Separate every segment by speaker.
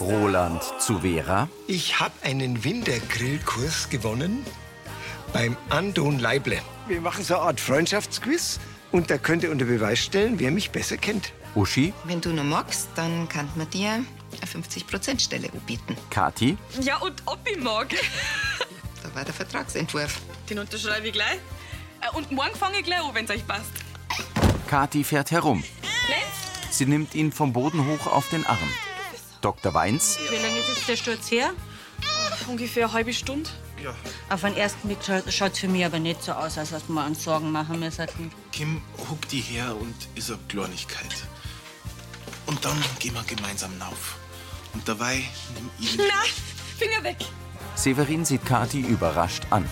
Speaker 1: Roland zu Vera.
Speaker 2: Ich habe einen Wintergrillkurs gewonnen beim Andon Leible. Wir machen so eine Art Freundschaftsquiz und da könnt ihr unter Beweis stellen, wer mich besser kennt.
Speaker 1: Uschi,
Speaker 3: Wenn du noch magst, dann kann man dir eine 50%-Stelle anbieten.
Speaker 1: Kati,
Speaker 4: Ja, und ob ich mag.
Speaker 3: Da war der Vertragsentwurf.
Speaker 4: Den unterschreibe ich gleich. Äh, Und morgen fange ich gleich an, wenn es euch passt.
Speaker 1: Kati fährt herum. Sie nimmt ihn vom Boden hoch auf den Arm. Dr. Weins,
Speaker 5: Wie lange ist jetzt der Sturz her?
Speaker 4: Ungefähr eine halbe Stunde.
Speaker 5: Auf den ersten Blick schaut es für mich aber nicht so aus, als dass wir uns Sorgen machen müssen.
Speaker 6: Kim huckt die her und ist eine Kleinigkeit. Und dann gehen wir gemeinsam rauf. Und dabei nimm ich.
Speaker 4: Na, Finger weg.
Speaker 1: Severin sieht Kati überrascht an.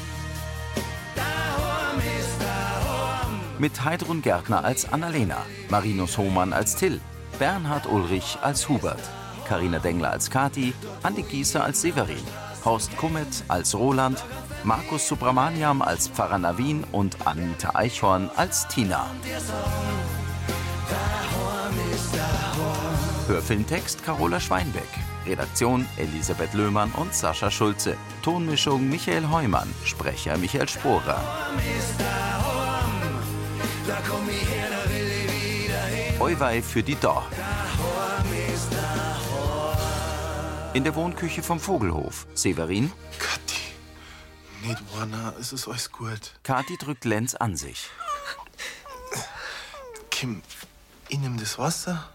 Speaker 1: Mit Heidrun Gärtner als Annalena, Marinus Hohmann als Till, Bernhard Ulrich als Hubert, Karina Dengler als Kati, Andi Gieser als Severin, Horst Kummet als Roland, Markus Subramaniam als Pfarrer Navin und Anita Eichhorn als Tina. Hörfilmtext Carola Schweinbeck. Redaktion Elisabeth Löhmann und Sascha Schulze. Tonmischung Michael Heumann. Sprecher Michael Sporer. Euwei für die Dor. In der Wohnküche vom Vogelhof. Severin,
Speaker 6: Kathi, nicht Warner, es ist alles gut.
Speaker 1: Kati drückt Lenz an sich.
Speaker 6: Kim, ich nimm das Wasser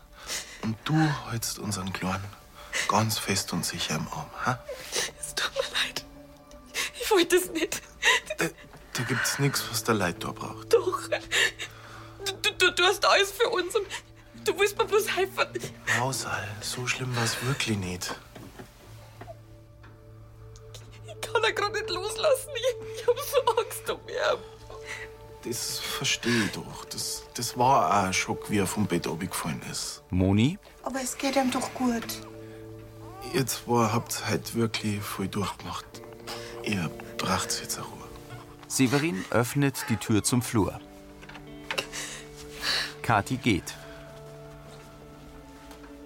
Speaker 6: und du hältst unseren Kleinen ganz fest und sicher im Arm. Ha?
Speaker 4: Es tut mir leid. Ich wollte es nicht.
Speaker 6: Da, da gibt's nichts, was der Leitor braucht.
Speaker 4: Doch. Du, du, du, du hast alles für uns und du willst mir bloß helfen.
Speaker 6: Mausal, Äh, so schlimm war's wirklich nicht.
Speaker 4: Ich kann ihn gerade nicht loslassen. Ich, ich hab so Angst um ihn.
Speaker 6: Das verstehe ich doch. Das, das war auch ein Schock, wie er vom Bett abgefallen ist.
Speaker 1: Moni,
Speaker 7: Aber es geht ihm doch gut.
Speaker 6: Ihr zwei habt halt wirklich voll durchgemacht. Ihr bracht's jetzt zur Ruhe.
Speaker 1: Severin öffnet die Tür zum Flur. Kathi geht.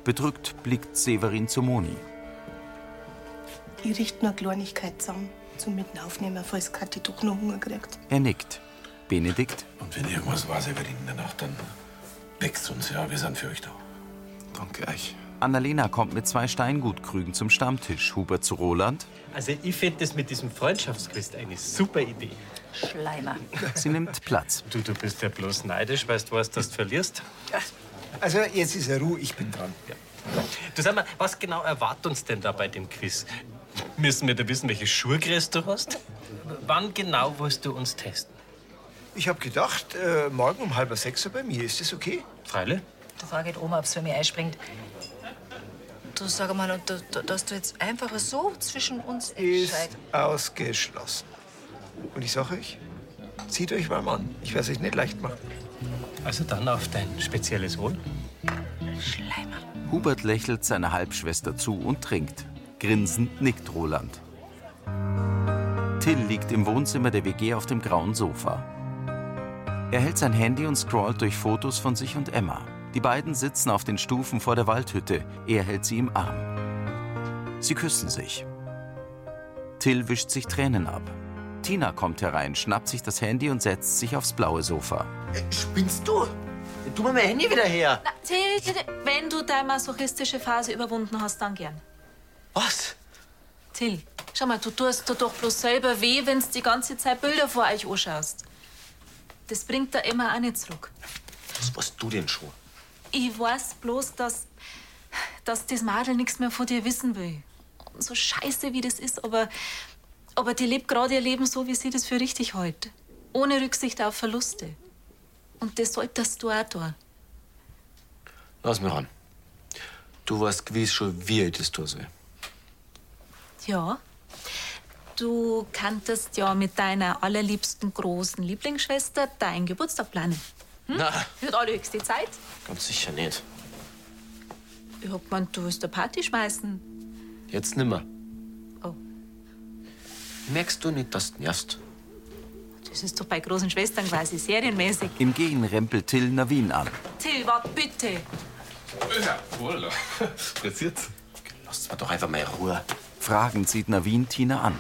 Speaker 1: Bedrückt blickt Severin zu Moni.
Speaker 7: Ich richte nur Kleinigkeit zusammen zum Mitenaufnehmen, falls Kathi doch noch Hunger kriegt.
Speaker 1: Er nickt. Benedikt,
Speaker 8: Und wenn irgendwas war, Severin, in der Nacht, dann wächst uns ja. Wir sind für euch da.
Speaker 6: Danke euch.
Speaker 1: Annalena kommt mit zwei Steingutkrügen zum Stammtisch. Hubert zu Roland.
Speaker 9: Also ich finde das mit diesem Freundschaftsquiz eine super Idee.
Speaker 5: Schleimer.
Speaker 1: Sie nimmt Platz.
Speaker 9: Du, du bist ja bloß neidisch, weil du weißt, dass du verlierst.
Speaker 2: Also jetzt ist er Ruhe, ich bin dran.
Speaker 9: Du sag mal, was genau erwartet uns denn da bei dem Quiz? Müssen wir da wissen, welche Schuhgröße du hast? Wann genau willst du uns testen?
Speaker 2: Ich habe gedacht, äh, morgen um halb sechs Uhr bei mir, ist das okay?
Speaker 9: Freile?
Speaker 10: Da frage ich die Oma, ob es für mich einspringt. Du sag mal, und da- da- dass du jetzt einfach so zwischen uns
Speaker 2: Ist
Speaker 10: entscheidest.
Speaker 2: ausgeschlossen. Und ich sage euch, zieht euch mal an. Ich werde es euch nicht leicht machen.
Speaker 9: Also dann auf dein spezielles Wohl.
Speaker 1: Hubert lächelt seiner Halbschwester zu und trinkt. Grinsend nickt Roland. Till liegt im Wohnzimmer der WG auf dem grauen Sofa. Er hält sein Handy und scrollt durch Fotos von sich und Emma. Die beiden sitzen auf den Stufen vor der Waldhütte. Er hält sie im Arm. Sie küssen sich. Till wischt sich Tränen ab. Tina kommt herein, schnappt sich das Handy und setzt sich aufs blaue Sofa.
Speaker 11: Spinnst du? Tu mir mein Handy wieder her.
Speaker 12: Till, Till, wenn du deine masochistische Phase überwunden hast, dann gern.
Speaker 11: Was?
Speaker 12: Till, schau mal, du tust dir doch bloß selber weh, wenn du die ganze Zeit Bilder vor euch anschaust. Das bringt da immer auch nicht zurück.
Speaker 11: Was weißt du denn schon?
Speaker 12: Ich weiß bloß, dass, dass das Madel nichts mehr von dir wissen will. Und so scheiße wie das ist, aber, aber die lebt gerade ihr Leben so, wie sie das für richtig hält. Ohne Rücksicht auf Verluste. Und das solltest du auch tun.
Speaker 8: Lass mich ran. Du weißt gewiss schon, wie ich das tun soll.
Speaker 12: Ja. Du kanntest ja mit deiner allerliebsten großen Lieblingsschwester deinen Geburtstag planen.
Speaker 11: Hm? Na,
Speaker 12: Wird allerhöchste Zeit.
Speaker 11: ganz sicher nicht.
Speaker 12: Ich hab gemeint, du willst eine Party schmeißen.
Speaker 8: Jetzt nimmer.
Speaker 12: Oh.
Speaker 8: Merkst du nicht, dass du nervst?
Speaker 12: Das ist doch bei großen Schwestern quasi serienmäßig.
Speaker 1: Im Gehen rempelt Till Navin an.
Speaker 12: Till, warte bitte.
Speaker 8: Ja, voll. Jetzt jetzt. Lass mir doch einfach mal Ruhe.
Speaker 1: Fragend sieht Navin Tina an.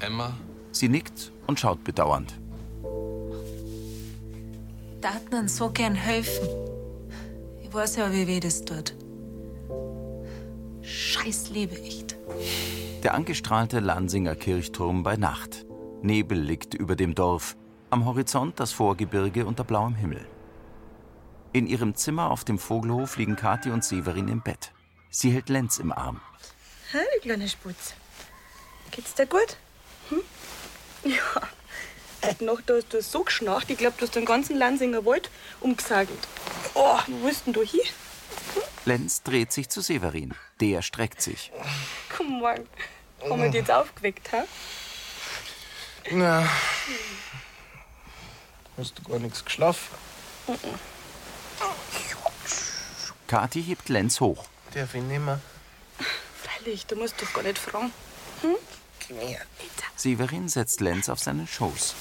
Speaker 6: Emma?
Speaker 1: Sie nickt und schaut bedauernd.
Speaker 12: Da hat ihnen so gern helfen. Ich weiß ja, wie weh das tut. Scheiß Liebe, echt.
Speaker 1: Der angestrahlte Lansinger Kirchturm bei Nacht. Nebel liegt über dem Dorf, am Horizont das Vorgebirge unter blauem Himmel. In ihrem Zimmer auf dem Vogelhof liegen Kathi und Severin im Bett. Sie hält Lenz im Arm.
Speaker 4: Hallo, kleine Sputz. Geht's dir gut? Hm? Ja. Heute Nacht hast du so geschnarcht, ich glaub, du hast den ganzen Lansinger Wald umgesagelt. Oh, wo bist denn du hier?
Speaker 1: Lenz dreht sich zu Severin. Der streckt sich.
Speaker 4: Guten Morgen. Haben wir dich jetzt aufgeweckt, hä?
Speaker 6: Na. Hast du gar nichts geschlafen?
Speaker 1: Kathi hebt Lenz hoch.
Speaker 6: Darf ich nimmer.
Speaker 4: Freilich, du musst doch gar nicht fragen. Hm?
Speaker 1: Severin setzt Lenz auf seinen Schoß.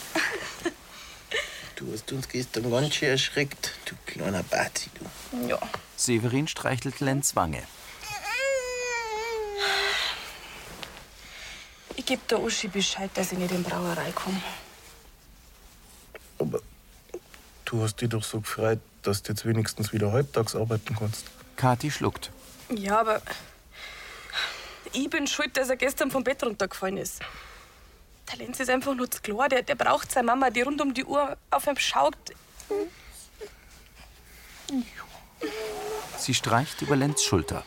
Speaker 13: Du hast uns gestern ganz schön erschreckt, du kleiner Bazi, du. Ja.
Speaker 1: Severin streichelt Lenz Wange.
Speaker 4: Ich geb der Uschi Bescheid, dass ich nicht in die Brauerei komme.
Speaker 6: Du hast dich doch so gefreut, dass du jetzt wenigstens wieder halbtags arbeiten kannst.
Speaker 1: Kathi schluckt.
Speaker 4: Ja, aber ich bin schuld, dass er gestern vom Bett runtergefallen ist. Der Lenz ist einfach nur zu klar. Der, der braucht seine Mama, die rund um die Uhr auf ihm schaut.
Speaker 1: Sie streicht über Lenz Schulter.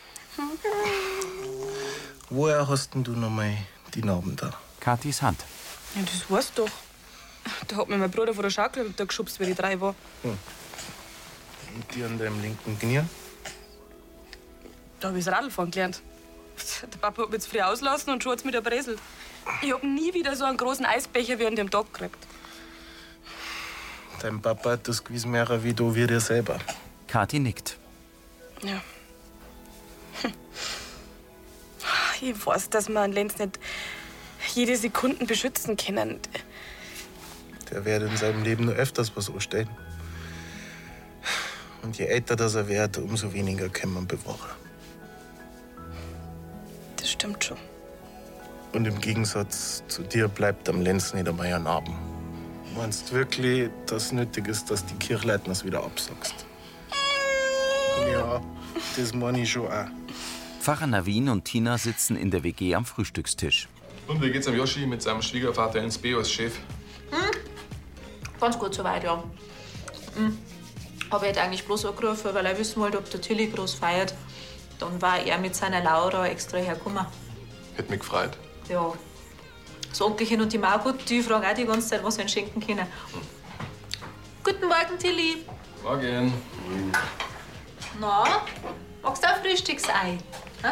Speaker 6: Woher hast denn du nochmal die Narben da?
Speaker 1: Kathis Hand.
Speaker 4: Ja, das weißt du doch. Da hat mir mein Bruder vor der Schaukel runtergeschubst, weil ich drei war.
Speaker 6: Und die an deinem linken Knie?
Speaker 4: Da hab ich das Radlfahren gelernt. Der Papa hat mich zu früh auslassen und schon hat's mich da beräselt. Ich hab nie wieder so einen großen Eisbecher wie an dem Tag gekriegt.
Speaker 6: Dein Papa hat das gewiss mehr wie du, wie dir selber.
Speaker 1: Kathi nickt.
Speaker 4: Ja. Hm. Ich weiß, dass man Lenz nicht jede Sekunde beschützen können.
Speaker 6: Der werde in seinem Leben nur öfters was anstellen. Und je älter das er wird, umso weniger kann man bewahren.
Speaker 4: Das stimmt schon.
Speaker 6: Und im Gegensatz zu dir bleibt am Lenz nicht einmal ein Narben. Meinst wirklich, dass nötig ist, dass die Kirchleitners wieder absagst? Ja, das meine ich schon auch.
Speaker 1: Pfarrer Navin und Tina sitzen in der WG am Frühstückstisch.
Speaker 14: Und wie geht's am Yoshi mit seinem Schwiegervater ins B als Chef?
Speaker 12: Hm? Ganz gut soweit, ja. Hm. Habe ich jetzt eigentlich bloß angerufen, weil er wissen wollte, ob der Tilly groß feiert. Dann war er mit seiner Laura extra hergekommen.
Speaker 14: Hätte mich gefreut.
Speaker 12: Ja. Das Onkelchen und die Margot, die fragen auch die ganze Zeit, was wir ihnen schenken können. Guten Morgen, Tilly.
Speaker 14: Morgen.
Speaker 12: Na, magst du ein Frühstücksei? Hä?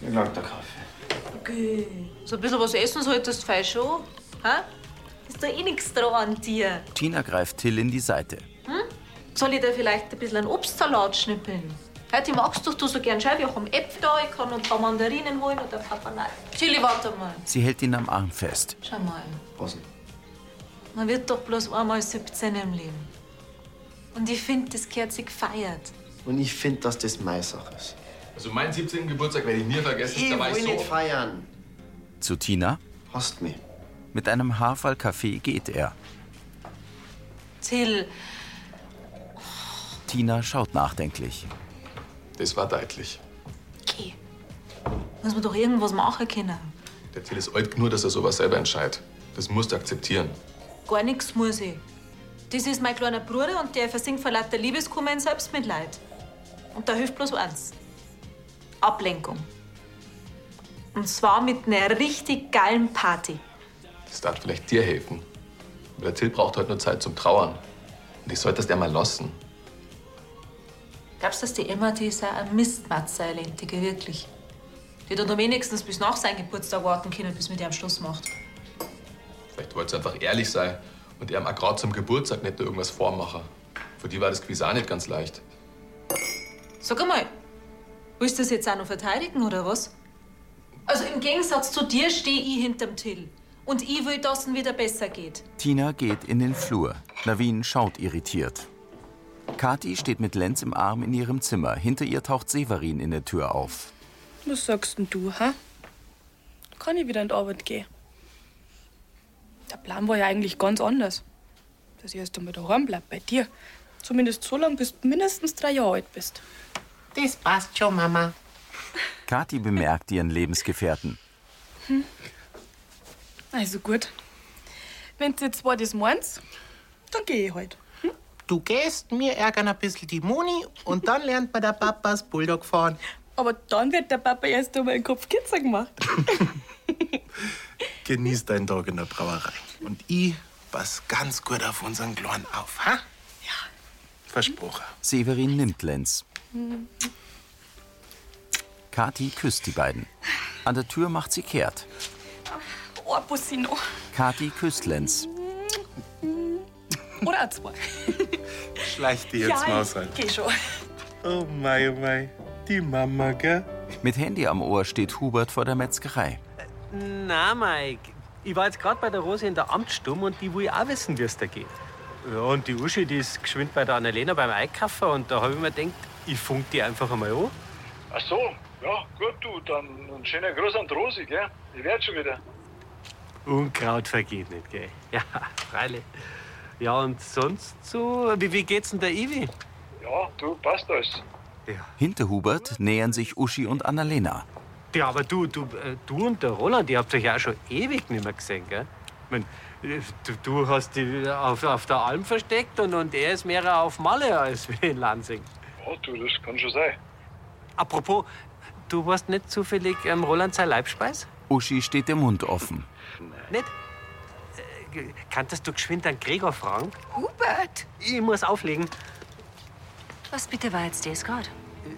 Speaker 14: Mir langt der Kaffee.
Speaker 12: Okay. So ein bisschen was essen solltest du fein schon. Hä? Ist da eh nichts dran an dir.
Speaker 1: Tina greift Till in die Seite.
Speaker 12: Hm? Soll ich dir vielleicht ein bisschen einen Obstsalat schnippeln? Hä, die magst doch du so gern. Schau, wir haben Äpfel da, ich kann noch ein paar Mandarinen holen oder Papanaten. Chili, warte mal.
Speaker 1: Sie hält ihn am Arm fest.
Speaker 12: Schau mal,
Speaker 1: Was?
Speaker 12: man wird doch bloß einmal 17 im Leben. Und ich finde, das gehört sich gefeiert.
Speaker 13: Und ich finde, dass das meine Sache ist.
Speaker 14: Also meinen 17. Geburtstag werde ich nie vergessen.
Speaker 13: Ich
Speaker 14: da war ich
Speaker 13: will
Speaker 14: so
Speaker 13: nicht feiern.
Speaker 1: Zu Tina.
Speaker 13: Passt mir.
Speaker 1: Mit einem Haferl-Kaffee geht er.
Speaker 12: Till,
Speaker 1: Tina schaut nachdenklich.
Speaker 14: Das war deutlich.
Speaker 12: muss man doch irgendwas machen können.
Speaker 14: Der Till ist alt genug, dass er sowas selber entscheidet. Das musst du akzeptieren.
Speaker 12: Gar nichts muss ich. Das ist mein kleiner Bruder und der versinkt vor lauter Liebeskummer in Selbstmitleid. Und da hilft bloß eins. Ablenkung. Und zwar mit einer richtig geilen Party.
Speaker 14: Das darf vielleicht dir helfen. Aber der Till braucht heute nur Zeit zum Trauern. Und ich sollte das der mal lassen.
Speaker 12: Glaubst du, dass die Emma, die ist ja ein Mistmatz, sei Lentige, wirklich? Die hat doch wenigstens bis nach seinem Geburtstag warten können, bis mit ihr am Schluss macht.
Speaker 14: Vielleicht wollte sie einfach ehrlich sein und ihm auch gerade zum Geburtstag nicht irgendwas vormachen. Für die war das Quiz auch nicht ganz leicht.
Speaker 12: Sag einmal, willst du das jetzt auch noch verteidigen, oder was? Also im Gegensatz zu dir stehe ich hinterm Till. Und ich will, dass es wieder besser geht.
Speaker 1: Tina geht in den Flur. Navin schaut irritiert. Kathi steht mit Lenz im Arm in ihrem Zimmer. Hinter ihr taucht Severin in der Tür auf.
Speaker 4: Was sagst denn du, ha? Kann ich wieder in die Arbeit gehen? Der Plan war ja eigentlich ganz anders. Dass ich erst einmal daheim bleib bei dir. Zumindest so lange, bis du mindestens drei Jahre alt bist. Das passt schon, Mama.
Speaker 1: Kathi bemerkt ihren Lebensgefährten.
Speaker 4: Hm. Also gut. Wenn du jetzt zwei das meinst, dann geh ich halt.
Speaker 15: Du gehst, mir ärgern ein bisschen die Moni und dann lernt man der Papas Bulldog fahren.
Speaker 4: Aber dann wird der Papa erst einmal den Kopf kitzer gemacht.
Speaker 6: Genieß deinen Tag in der Brauerei. Und ich pass ganz gut auf unseren Kleinen auf, ha? Ja. Versprochen.
Speaker 1: Severin nimmt Lenz. Kathi küsst die beiden. An der Tür macht sie kehrt.
Speaker 4: Oh, Bussino.
Speaker 1: Kathi küsst Lenz.
Speaker 4: Oder ein zwei.
Speaker 6: Schleich dir jetzt mal aus.
Speaker 4: Geh schon.
Speaker 6: Oh mei, oh mei. Die Mama, gell?
Speaker 1: Mit Handy am Ohr steht Hubert vor der Metzgerei.
Speaker 9: Na, Mike, ich war jetzt gerade bei der Rose in der Amtsstumm und die will auch wissen, wie es da geht. Ja, und die Uschi, die ist geschwind bei der Annalena beim Einkaufen und da habe ich mir gedacht, ich funk die einfach einmal an.
Speaker 16: Ach so, ja, gut, du, dann einen schönen Gruß an die Rosi, gell? Ich werd schon wieder.
Speaker 9: Unkraut vergeht nicht, gell? Ja, freilich. Ja, und sonst so, wie, wie geht's denn der Ivi?
Speaker 16: Ja, du, passt alles.
Speaker 1: Hinter Hubert nähern sich Uschi und Annalena.
Speaker 9: Ja, aber du, du, äh, du und der Roland, ihr habt euch ja auch schon ewig nicht mehr gesehen, gell? Ich mein, äh, du, du hast dich auf, auf der Alm versteckt und, und er ist mehr auf Malle als wir in Lansing.
Speaker 16: Ja, du, das kann schon sein.
Speaker 9: Apropos, du warst nicht zufällig ähm, Roland sein Leibspeis?
Speaker 1: Uschi steht der Mund offen.
Speaker 9: Nicht? Äh, g- Kanntest du geschwind an Gregor fragen?
Speaker 12: Hubert!
Speaker 9: Ich muss auflegen.
Speaker 12: Was bitte war jetzt das gerade?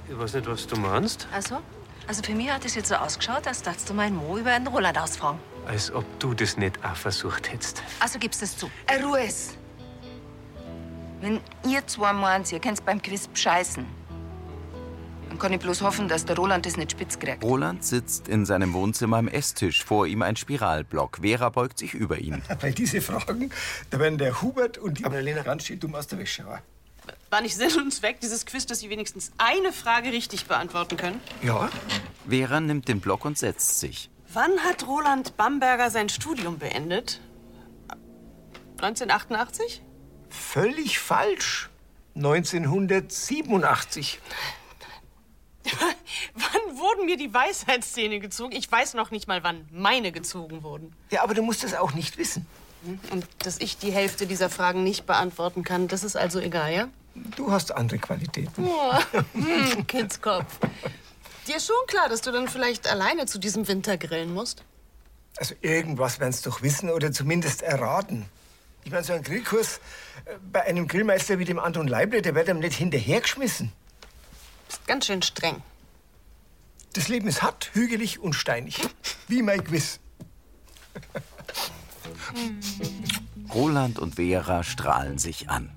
Speaker 9: Ich weiß nicht, was du meinst.
Speaker 12: Also? Also für mich hat es jetzt so ausgeschaut, als darfst du meinen Mo über einen Roland ausfragen.
Speaker 9: Als ob du das nicht auch versucht hättest.
Speaker 12: Also gibst es zu.
Speaker 3: Äh, Ruhe es. Wenn ihr zwei meint, ihr könnt's beim Quiz bescheißen, dann kann ich bloß hoffen, dass der Roland das nicht spitz kriegt.
Speaker 1: Roland sitzt in seinem Wohnzimmer am Esstisch, vor ihm ein Spiralblock. Vera beugt sich über ihn.
Speaker 2: Bei diesen Fragen, da werden der Hubert und die Annalena ganz schön dumm aus der Wäsche. wa?
Speaker 7: War nicht Sinn und Zweck dieses Quiz, dass Sie wenigstens eine Frage richtig beantworten können?
Speaker 1: Ja? Vera nimmt den Block und setzt sich.
Speaker 7: Wann hat Roland Bamberger sein Studium beendet? 1988?
Speaker 2: Völlig falsch. 1987.
Speaker 7: Wann wurden mir die Weisheitszähne gezogen? Ich weiß noch nicht mal, wann meine gezogen wurden.
Speaker 2: Ja, aber du musst es auch nicht wissen.
Speaker 7: Und dass ich die Hälfte dieser Fragen nicht beantworten kann, das ist also egal, ja?
Speaker 2: Du hast andere Qualitäten.
Speaker 7: Oh, hm, Kindskopf. Dir ist schon klar, dass du dann vielleicht alleine zu diesem Winter grillen musst?
Speaker 2: Also irgendwas werden sie doch wissen oder zumindest erraten. Ich meine, so ein Grillkurs äh, bei einem Grillmeister wie dem Anton Leible, der wird einem nicht hinterhergeschmissen.
Speaker 7: Ist ganz schön streng.
Speaker 2: Das Leben ist hart, hügelig und steinig. Wie mein Quiz.
Speaker 1: Roland und Vera strahlen sich an.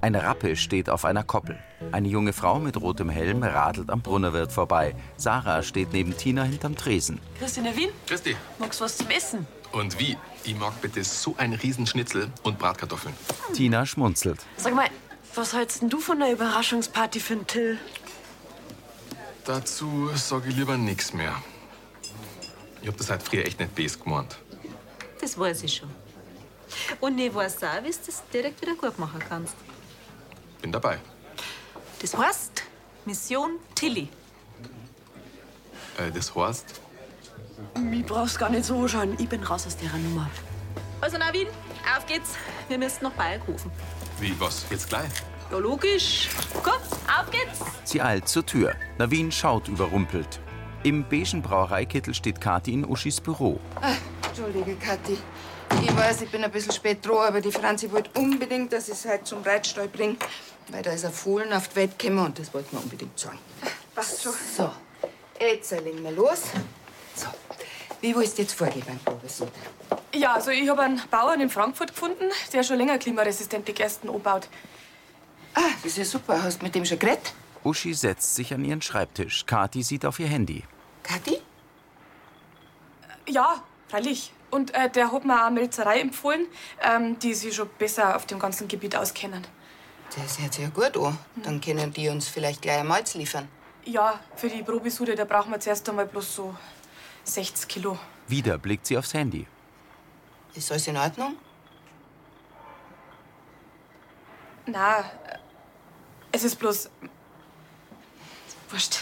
Speaker 1: Ein Rappe steht auf einer Koppel. Eine junge Frau mit rotem Helm radelt am Brunnerwirt vorbei. Sarah steht neben Tina hinterm Tresen.
Speaker 7: Christine Wien,
Speaker 14: Christi.
Speaker 7: magst du was zum Essen?
Speaker 14: Und wie? Ich mag bitte so einen Riesenschnitzel und Bratkartoffeln.
Speaker 1: Tina schmunzelt.
Speaker 17: Sag mal, was hältst denn du von der Überraschungsparty für den Till?
Speaker 14: Dazu sage ich lieber nichts mehr. Ich hab das halt früher echt nicht best gemeint.
Speaker 12: Das weiß ich schon. Und ich weiß auch, wie du das direkt wieder gut machen kannst.
Speaker 14: Bin dabei.
Speaker 12: Das heißt Mission Tilly.
Speaker 14: Äh, das heißt,
Speaker 17: Mich brauchst gar nicht so anschauen. Ich bin raus aus der Nummer.
Speaker 12: Also Navin, auf geht's. Wir müssen noch Bayern rufen.
Speaker 14: wie, was, jetzt gleich?
Speaker 12: Ja, logisch. Komm, auf geht's.
Speaker 1: Sie eilt zur Tür. Navin schaut überrumpelt. Im beigen Brauereikittel steht Kathi in Uschis Büro.
Speaker 3: Ah, Entschuldige, Kathi. Ich weiß, ich bin ein bisschen spät dran, aber die Franzi wollte unbedingt, dass ich es heute zum Reitstall bringe. Weil da ist ein Fohlen auf die Welt gekommen und das wollte man unbedingt sagen.
Speaker 18: Ah, Passt schon.
Speaker 3: So, jetzt legen wir los. So, wie willst du jetzt vorgehen beim Probesuch?
Speaker 4: Ja, also ich habe einen Bauern in Frankfurt gefunden, der schon länger klimaresistent die Gersten anbaut.
Speaker 3: Ah, das ist ja super. Hast du mit dem schon geredet?
Speaker 1: Uschi setzt sich an ihren Schreibtisch. Kathi sieht auf ihr Handy.
Speaker 3: Kathi?
Speaker 4: Ja, freilich. Und äh, der hat mir auch eine Melzerei empfohlen, ähm, die sich schon besser auf dem ganzen Gebiet auskennen.
Speaker 3: Das hört sich ja gut an. Dann können die uns vielleicht gleich ein Malz liefern.
Speaker 4: Ja, für die Probesude, da brauchen wir zuerst einmal bloß so 60 Kilo.
Speaker 1: Wieder blickt sie aufs Handy.
Speaker 3: Ist alles in Ordnung?
Speaker 4: Na, äh, es ist bloß. Wurscht.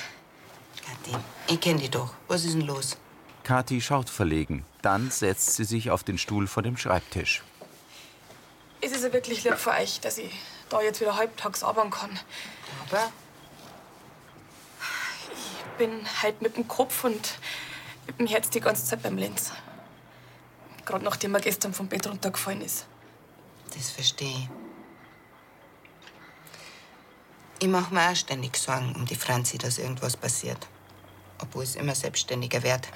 Speaker 3: Ich kenne die doch. Was ist denn los?
Speaker 1: Kathi schaut verlegen. Dann setzt sie sich auf den Stuhl vor dem Schreibtisch.
Speaker 4: Es ist ja wirklich lieb für euch, dass ich da jetzt wieder halbtags arbeiten kann.
Speaker 3: Aber?
Speaker 4: Ich bin halt mit dem Kopf und mit dem Herz die ganze Zeit beim Lenz. Gerade nachdem er gestern vom Bett runtergefallen ist.
Speaker 3: Das verstehe ich. Ich mache mir auch ständig Sorgen um die Franzi, dass irgendwas passiert. Obwohl es immer selbstständiger wird.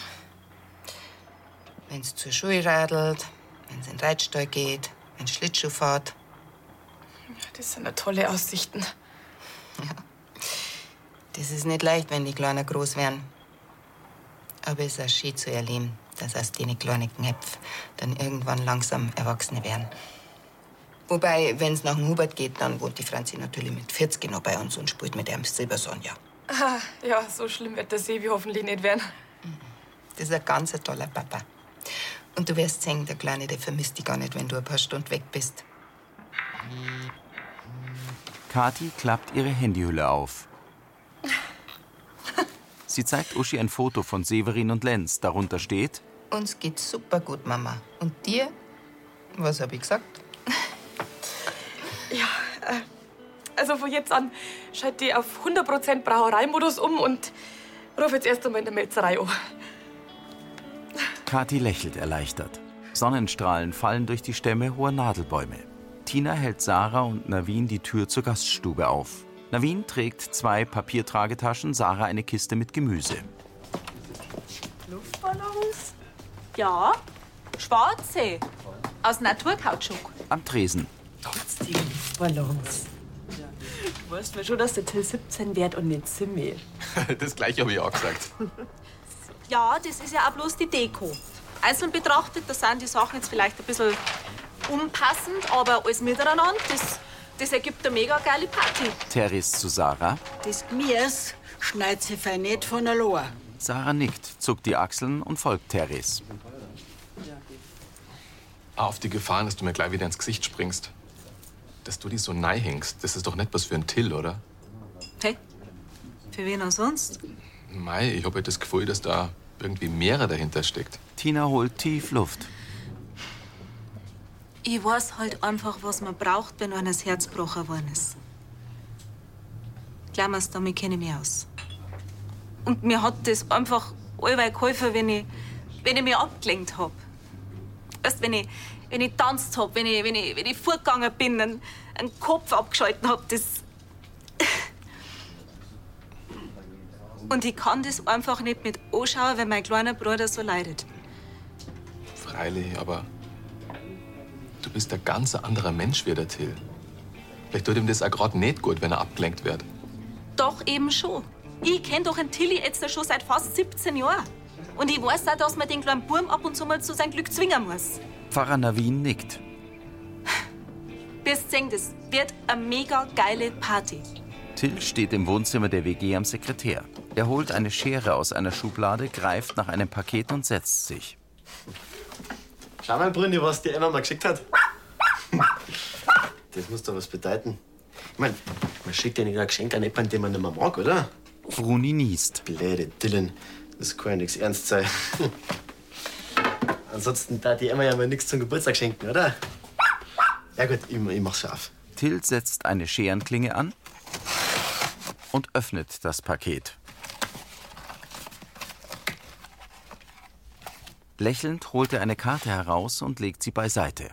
Speaker 3: Wenn sie zur Schule radelt, wenn sie in den Reitstall geht, wenn sie Schlittschuh fährt.
Speaker 4: Das sind ja tolle Aussichten.
Speaker 3: Das ist nicht leicht, wenn die Kleinen groß werden. Aber es ist auch schön zu erleben, dass aus den kleinen Knöpfen dann irgendwann langsam Erwachsene werden. Wobei, wenn es nach dem Hubert geht, dann wohnt die Franzi natürlich mit 40 noch bei uns und spielt mit ihrem Silbersonja.
Speaker 4: Ah, ja, so schlimm wird der See wie hoffentlich nicht werden.
Speaker 3: Das ist ein ganz toller Papa. Und du wirst sehen, der Kleine, der vermisst dich gar nicht, wenn du ein paar Stunden weg bist.
Speaker 1: Kathi klappt ihre Handyhülle auf. Sie zeigt Uschi ein Foto von Severin und Lenz. Darunter steht,
Speaker 3: Uns geht's super gut, Mama. Und dir? Was hab ich gesagt?
Speaker 4: Ja, äh, also von jetzt an schalte ich auf 100% Brauereimodus um und rufe jetzt erst einmal in der Melzerei an.
Speaker 1: Kathi lächelt erleichtert. Sonnenstrahlen fallen durch die Stämme hoher Nadelbäume. Tina hält Sarah und Navin die Tür zur Gaststube auf. Navin trägt zwei Papiertragetaschen, Sarah eine Kiste mit Gemüse.
Speaker 12: Luftballons? Ja, schwarze. Aus Naturkautschuk.
Speaker 1: Am Tresen.
Speaker 7: Die Luftballons. Du weißt mir schon, dass der Till 17 wird und nicht Zimmer.
Speaker 14: Das gleiche habe ich auch gesagt.
Speaker 12: Ja, das ist ja auch bloß die Deko. Einzeln betrachtet, da sind die Sachen jetzt vielleicht ein bisschen unpassend, aber alles miteinander, das, das ergibt eine mega geile Party.
Speaker 1: Teres zu Sarah.
Speaker 7: Das Gemüse schneidet sich fein nicht von der Lohr.
Speaker 1: Sarah nickt, zuckt die Achseln und folgt Teres.
Speaker 14: Ah, auf die Gefahr, dass du mir gleich wieder ins Gesicht springst. Dass du die so nahe hängst, das ist doch nicht was für ein Till, oder?
Speaker 12: Hey, für wen auch sonst?
Speaker 14: Mei, ich habe halt das Gefühl, dass da irgendwie mehrere dahinter steckt.
Speaker 1: Tina holt tief Luft.
Speaker 12: Ich weiß halt einfach, was man braucht, wenn eines Herzbrocher worden ist. Glaub mir's, damit kenne ich mich aus. Und mir hat das einfach allweil geholfen, wenn ich, wenn ich mich abgelenkt hab. Erst wenn ich, wenn ich tanzt hab, wenn ich, wenn ich, wenn ich vorgegangen bin, einen, einen Kopf abgeschalten hab, das. Und ich kann das einfach nicht mit anschauen, wenn mein kleiner Bruder so leidet.
Speaker 14: Freilich, aber du bist ein ganz anderer Mensch wie der Till. Vielleicht tut ihm das auch gerade nicht gut, wenn er abgelenkt wird.
Speaker 12: Doch eben schon. Ich kenne doch einen Tilly jetzt schon seit fast 17 Jahren. Und ich weiß auch, dass man den kleinen Burm ab und zu mal zu seinem Glück zwingen muss.
Speaker 1: Pfarrer Navin nickt.
Speaker 12: Wirst sehen, das wird eine mega geile Party.
Speaker 1: Till steht im Wohnzimmer der WG am Sekretär. Er holt eine Schere aus einer Schublade, greift nach einem Paket und setzt sich.
Speaker 11: Schau mal, Brünni, was die Emma mal geschickt hat. Das muss doch was bedeuten. Ich mein, man schickt ja nicht ein Geschenk an jemanden, den man nicht mehr mag, oder?
Speaker 1: Bruni niest.
Speaker 11: Blöde Dylan, das kann ja nichts ernst sein. Ansonsten darf die Emma ja mal nichts zum Geburtstag schenken, oder? Ja gut, ich, ich mach's ja auf.
Speaker 1: Till setzt eine Scherenklinge an und öffnet das Paket. Lächelnd holt er eine Karte heraus und legt sie beiseite.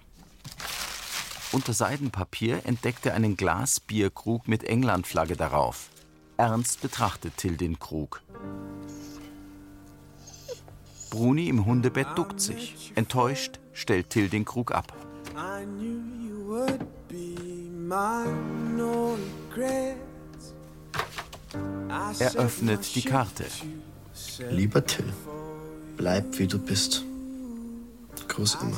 Speaker 1: Unter Seidenpapier entdeckt er einen Glasbierkrug mit Englandflagge darauf. Ernst betrachtet Till den Krug. Bruni im Hundebett duckt sich. Enttäuscht stellt Till den Krug ab.
Speaker 19: I knew you would be mine, no regret.
Speaker 11: uh,
Speaker 1: Er öffnet die Karte.
Speaker 11: Lieber Till, bleib wie du bist. Groß Emma.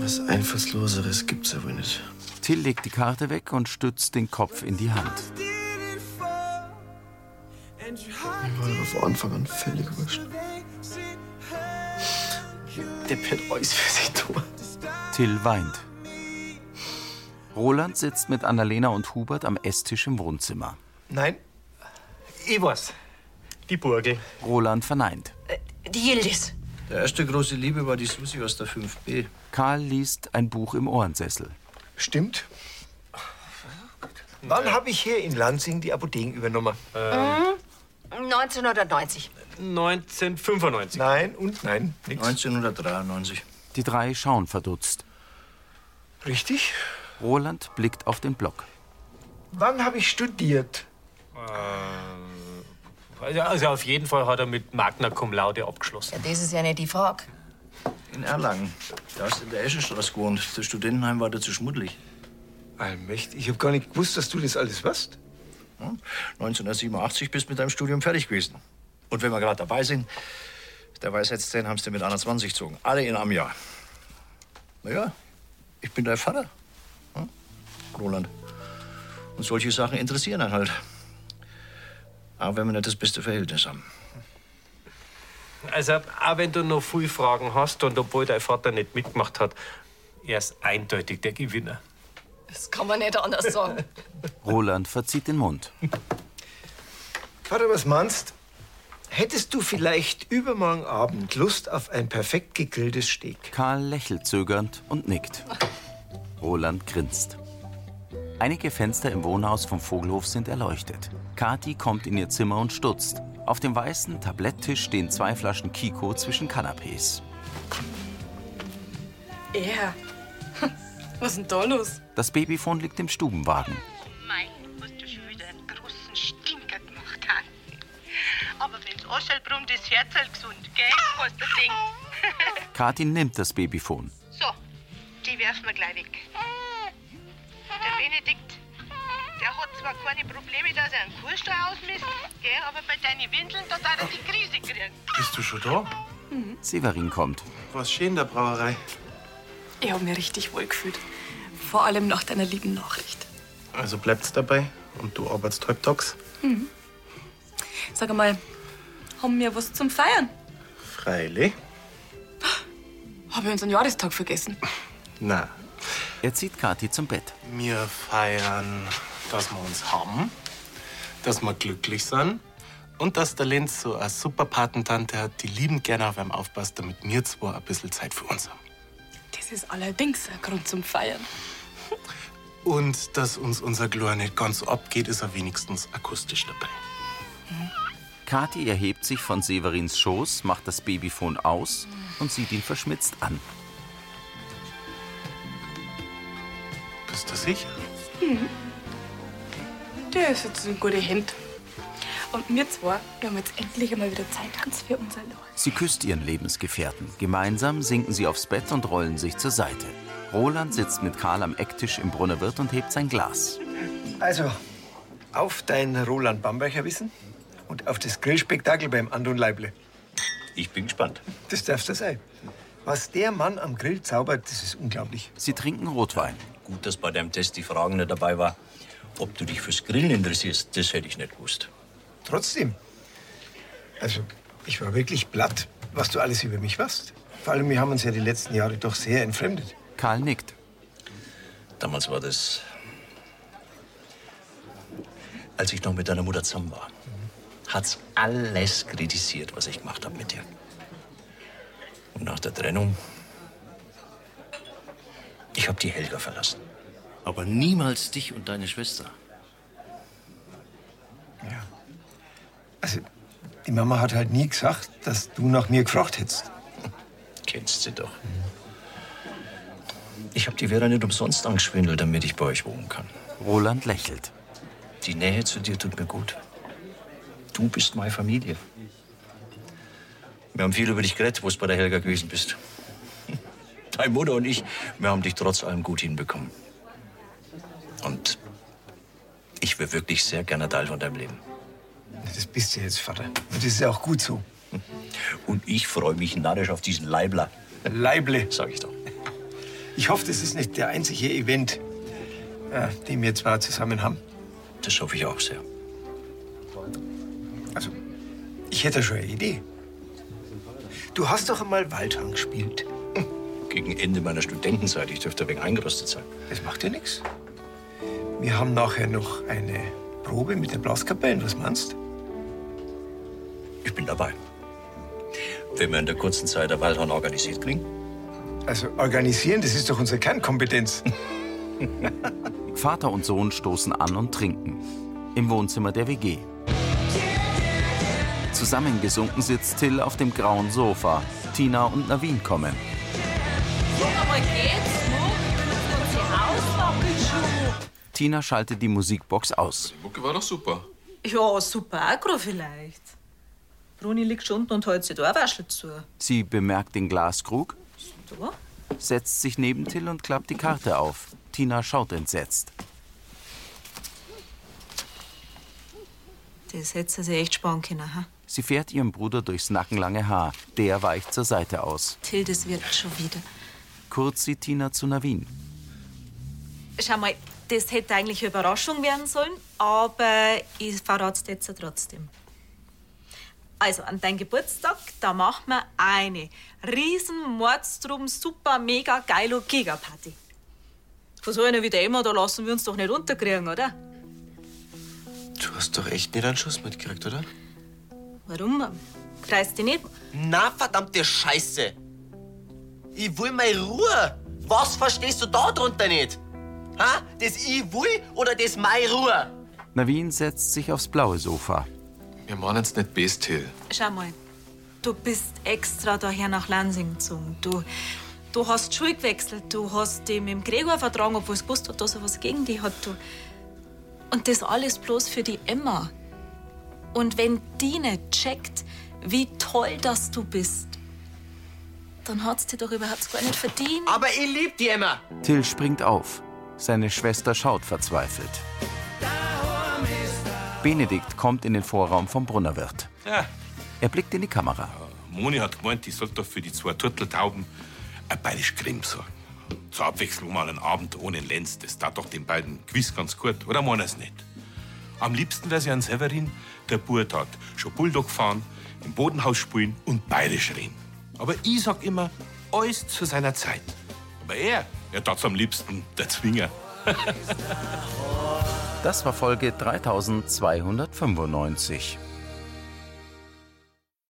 Speaker 13: Was Einfallsloseres gibt's ja wohl nicht.
Speaker 1: Till legt die Karte weg und stützt den Kopf in die Hand.
Speaker 13: Mir war doch von Anfang an völlig wurscht. Der Pet alles für sich tun.
Speaker 1: Till weint. Roland sitzt mit Annalena und Hubert am Esstisch im Wohnzimmer.
Speaker 2: Nein.
Speaker 9: Ich weiß. Die Burgel.
Speaker 1: Roland verneint.
Speaker 10: Die Yildiz.
Speaker 13: Der erste große Liebe war die Susi aus der 5b.
Speaker 1: Karl liest ein Buch im Ohrensessel.
Speaker 2: Stimmt. Wann habe ich hier in Lansing die Apotheken übernommen?
Speaker 10: Äh, Ähm.
Speaker 12: Mhm.
Speaker 10: 1990.
Speaker 9: 1995.
Speaker 2: Nein und nein. Nix.
Speaker 13: 1993.
Speaker 1: Die drei schauen verdutzt.
Speaker 2: Richtig?
Speaker 1: Roland blickt auf den Block.
Speaker 2: Wann habe ich studiert?
Speaker 9: Also, also auf jeden Fall hat er mit Magna Cum Laude abgeschlossen.
Speaker 10: Das ist ja nicht die Frage.
Speaker 13: In Erlangen. Da hast du in der Eschenstraße gewohnt. Das Studentenheim war da zu schmuddelig.
Speaker 2: Allmächtig. Ich habe gar nicht gewusst, dass du das alles warst.
Speaker 13: 1987 bist mit deinem Studium fertig gewesen. Und wenn wir gerade dabei sind, der Weisheitszähne haben sie dir mit 21 gezogen. Alle in einem Jahr. Naja, ich bin dein Vater. Hm? Roland. Und solche Sachen interessieren einen halt. Auch wenn wir nicht das beste Verhältnis haben.
Speaker 9: Also, auch wenn du noch viele Fragen hast und obwohl dein Vater nicht mitgemacht hat, er ist eindeutig der Gewinner.
Speaker 10: Das kann man nicht anders sagen.
Speaker 1: Roland verzieht den Mund.
Speaker 2: Vater, was meinst? Hättest du vielleicht übermorgen Abend Lust auf ein perfekt gegrilltes Steak?
Speaker 1: Karl lächelt zögernd und nickt. Roland grinst. Einige Fenster im Wohnhaus vom Vogelhof sind erleuchtet. Kathi kommt in ihr Zimmer und stutzt. Auf dem weißen Tabletttisch stehen zwei Flaschen Kiko zwischen Kanapés.
Speaker 20: Ja. Was ist denn da los?
Speaker 1: Das Babyfon liegt im Stubenwagen.
Speaker 7: Mei, was du schon wieder einen großen Stinker gemacht hast. Aber wenn's Oschel brummt, ist Herzl gesund, gell? Was du denkst.
Speaker 1: Kathi nimmt das Babyfon.
Speaker 7: so, die werfen wir gleich weg. Der Benedikt, der hat zwar keine Probleme, dass er einen Kurstall ausmisst, gell? Aber bei deinen Windeln, da darf er die Krise kriegen.
Speaker 6: Bist du schon da?
Speaker 4: Mhm.
Speaker 1: Severin kommt.
Speaker 6: Was schön in der Brauerei.
Speaker 4: Ich habe mich richtig wohl gefühlt. Vor allem nach deiner lieben Nachricht.
Speaker 6: Also bleibt's dabei und du arbeitest halbtags?
Speaker 4: Mhm. Sag mal, haben wir was zum Feiern?
Speaker 6: Freilich.
Speaker 4: Habe ich unseren Jahrestag vergessen?
Speaker 6: Na,
Speaker 1: Er zieht Kathi zum Bett.
Speaker 6: Wir feiern, dass wir uns haben, dass wir glücklich sind und dass der Lenz so eine super Patentante hat, die liebend gerne auf einem aufpasst, damit wir zwei ein bisschen Zeit für uns haben.
Speaker 4: Das ist allerdings ein Grund zum Feiern.
Speaker 6: Und dass uns unser Glor nicht ganz so abgeht, ist er wenigstens akustisch dabei.
Speaker 1: Kathi erhebt sich von Severins Schoß, macht das Babyfon aus und sieht ihn verschmitzt an.
Speaker 6: Bist du sicher?
Speaker 4: Mhm. Der ist jetzt in gute Hände. Und wir zwei, wir haben jetzt endlich einmal wieder Zeit ganz für unser Loch.
Speaker 1: Sie küsst ihren Lebensgefährten. Gemeinsam sinken sie aufs Bett und rollen sich zur Seite. Roland sitzt mit Karl am Ecktisch im Brunnerwirt und hebt sein Glas.
Speaker 2: Also, auf dein Roland Bamberger Wissen und auf das Grillspektakel beim Anton Leible.
Speaker 13: Ich bin gespannt.
Speaker 2: Das darfst du sein. Was der Mann am Grill zaubert, das ist unglaublich.
Speaker 1: Sie trinken Rotwein.
Speaker 13: Gut, dass bei deinem Test die Frage nicht dabei war, ob du dich fürs Grillen interessierst. Das hätte ich nicht gewusst.
Speaker 2: Trotzdem. Also, ich war wirklich platt, was du alles über mich warst. Vor allem, wir haben uns ja die letzten Jahre doch sehr entfremdet.
Speaker 1: Karl nickt.
Speaker 13: Damals war das, als ich noch mit deiner Mutter zusammen war, hat's alles kritisiert, was ich gemacht habe mit dir. Und nach der Trennung, ich habe die Helga verlassen. Aber niemals dich und deine Schwester.
Speaker 2: Also, Die Mama hat halt nie gesagt, dass du nach mir gefragt hättest.
Speaker 13: Kennst sie doch. Ich habe die Vera nicht umsonst angeschwindelt, damit ich bei euch wohnen kann.
Speaker 1: Roland lächelt.
Speaker 13: Die Nähe zu dir tut mir gut. Du bist meine Familie. Wir haben viel über dich geredet, wo du bei der Helga gewesen bist. Deine Mutter und ich, wir haben dich trotz allem gut hinbekommen. Und ich wäre wirklich sehr gerne Teil von deinem Leben.
Speaker 2: Das bist du jetzt, Vater. Und das ist ja auch gut so.
Speaker 13: Und ich freue mich narrisch auf diesen Leibler.
Speaker 2: Leible,
Speaker 13: sag ich doch.
Speaker 2: Ich hoffe, das ist nicht der einzige Event, äh, den wir zwar zusammen haben.
Speaker 13: Das hoffe ich auch sehr.
Speaker 2: Also, ich hätte schon eine Idee. Du hast doch einmal Waldhang gespielt.
Speaker 13: Gegen Ende meiner Studentenzeit, ich dürfte wegen eingerostet sein.
Speaker 2: Das macht ja nichts. Wir haben nachher noch eine Probe mit den Blaskapellen. Was meinst du?
Speaker 13: Ich bin dabei. Wenn wir in der kurzen Zeit der Waldhorn organisiert kriegen.
Speaker 2: Also, organisieren, das ist doch unsere Kernkompetenz.
Speaker 1: Vater und Sohn stoßen an und trinken. Im Wohnzimmer der WG. Zusammengesunken sitzt Till auf dem grauen Sofa. Tina und Navin kommen. Tina schaltet die Musikbox aus.
Speaker 14: Mucke war doch super.
Speaker 12: Ja, super Agro vielleicht. Bruni liegt schon unten und hält sich da auch Waschel zu.
Speaker 1: Sie bemerkt den Glaskrug,
Speaker 12: Da?
Speaker 1: setzt sich neben Till und klappt die Karte auf. Tina schaut entsetzt.
Speaker 12: Das hätte sie sich echt sparen können. Ha?
Speaker 1: Sie fährt ihrem Bruder durchs nackenlange Haar. Der weicht zur Seite aus.
Speaker 12: Till, das wird schon wieder.
Speaker 1: Kurz sieht Tina zu Navin.
Speaker 12: Schau mal, das hätte eigentlich eine Überraschung werden sollen, aber ich verrate es jetzt trotzdem. Also, an deinem Geburtstag, da machen wir eine riesen Mordstrom super mega geilo Gigaparty. Von so einer wie der immer, da lassen wir uns doch nicht unterkriegen, oder?
Speaker 14: Du hast doch echt nicht einen Schuss mitgekriegt, oder?
Speaker 12: Warum? Kreist dich nicht?
Speaker 11: Na, Ah, verdammte Scheiße! Ich will meine Ruhe! Was verstehst du da drunter nicht? Ha? Das Ich will oder das meine Ruhe?
Speaker 1: Navin setzt sich aufs blaue Sofa.
Speaker 14: Wir machen jetzt nicht Best Hill.
Speaker 12: Schau mal, du bist extra daher nach Lansing gezogen. Du, du hast die Schule gewechselt, du hast dich mit dem Gregor vertragen, obwohl es gewusst hat, dass er was gegen dich hat. Du. Und das alles bloß für die Emma. Und wenn die nicht checkt, wie toll dass du bist, dann hat's dir doch überhaupt gar nicht verdient.
Speaker 11: Aber ich lieb die Emma!
Speaker 1: Till springt auf. Seine Schwester schaut verzweifelt. Benedikt kommt in den Vorraum vom Brunnerwirt.
Speaker 8: Ja,
Speaker 1: Er blickt in die Kamera.
Speaker 8: Moni hat gemeint, ich sollte doch für die zwei Turteltauben ein bayerisch Creme sorgen. Zur Abwechslung mal einen Abend ohne Lenz. Das tat doch den beiden gewiss ganz gut, oder meinen es nicht? Am liebsten wäre sie an Severin, der Bur tat. Schon Bulldog fahren, im Bodenhaus spielen und bayerisch reden. Aber ich sag immer, alles zu seiner Zeit. Aber er, er tat's am liebsten, der Zwinger.
Speaker 1: Das war Folge 3295.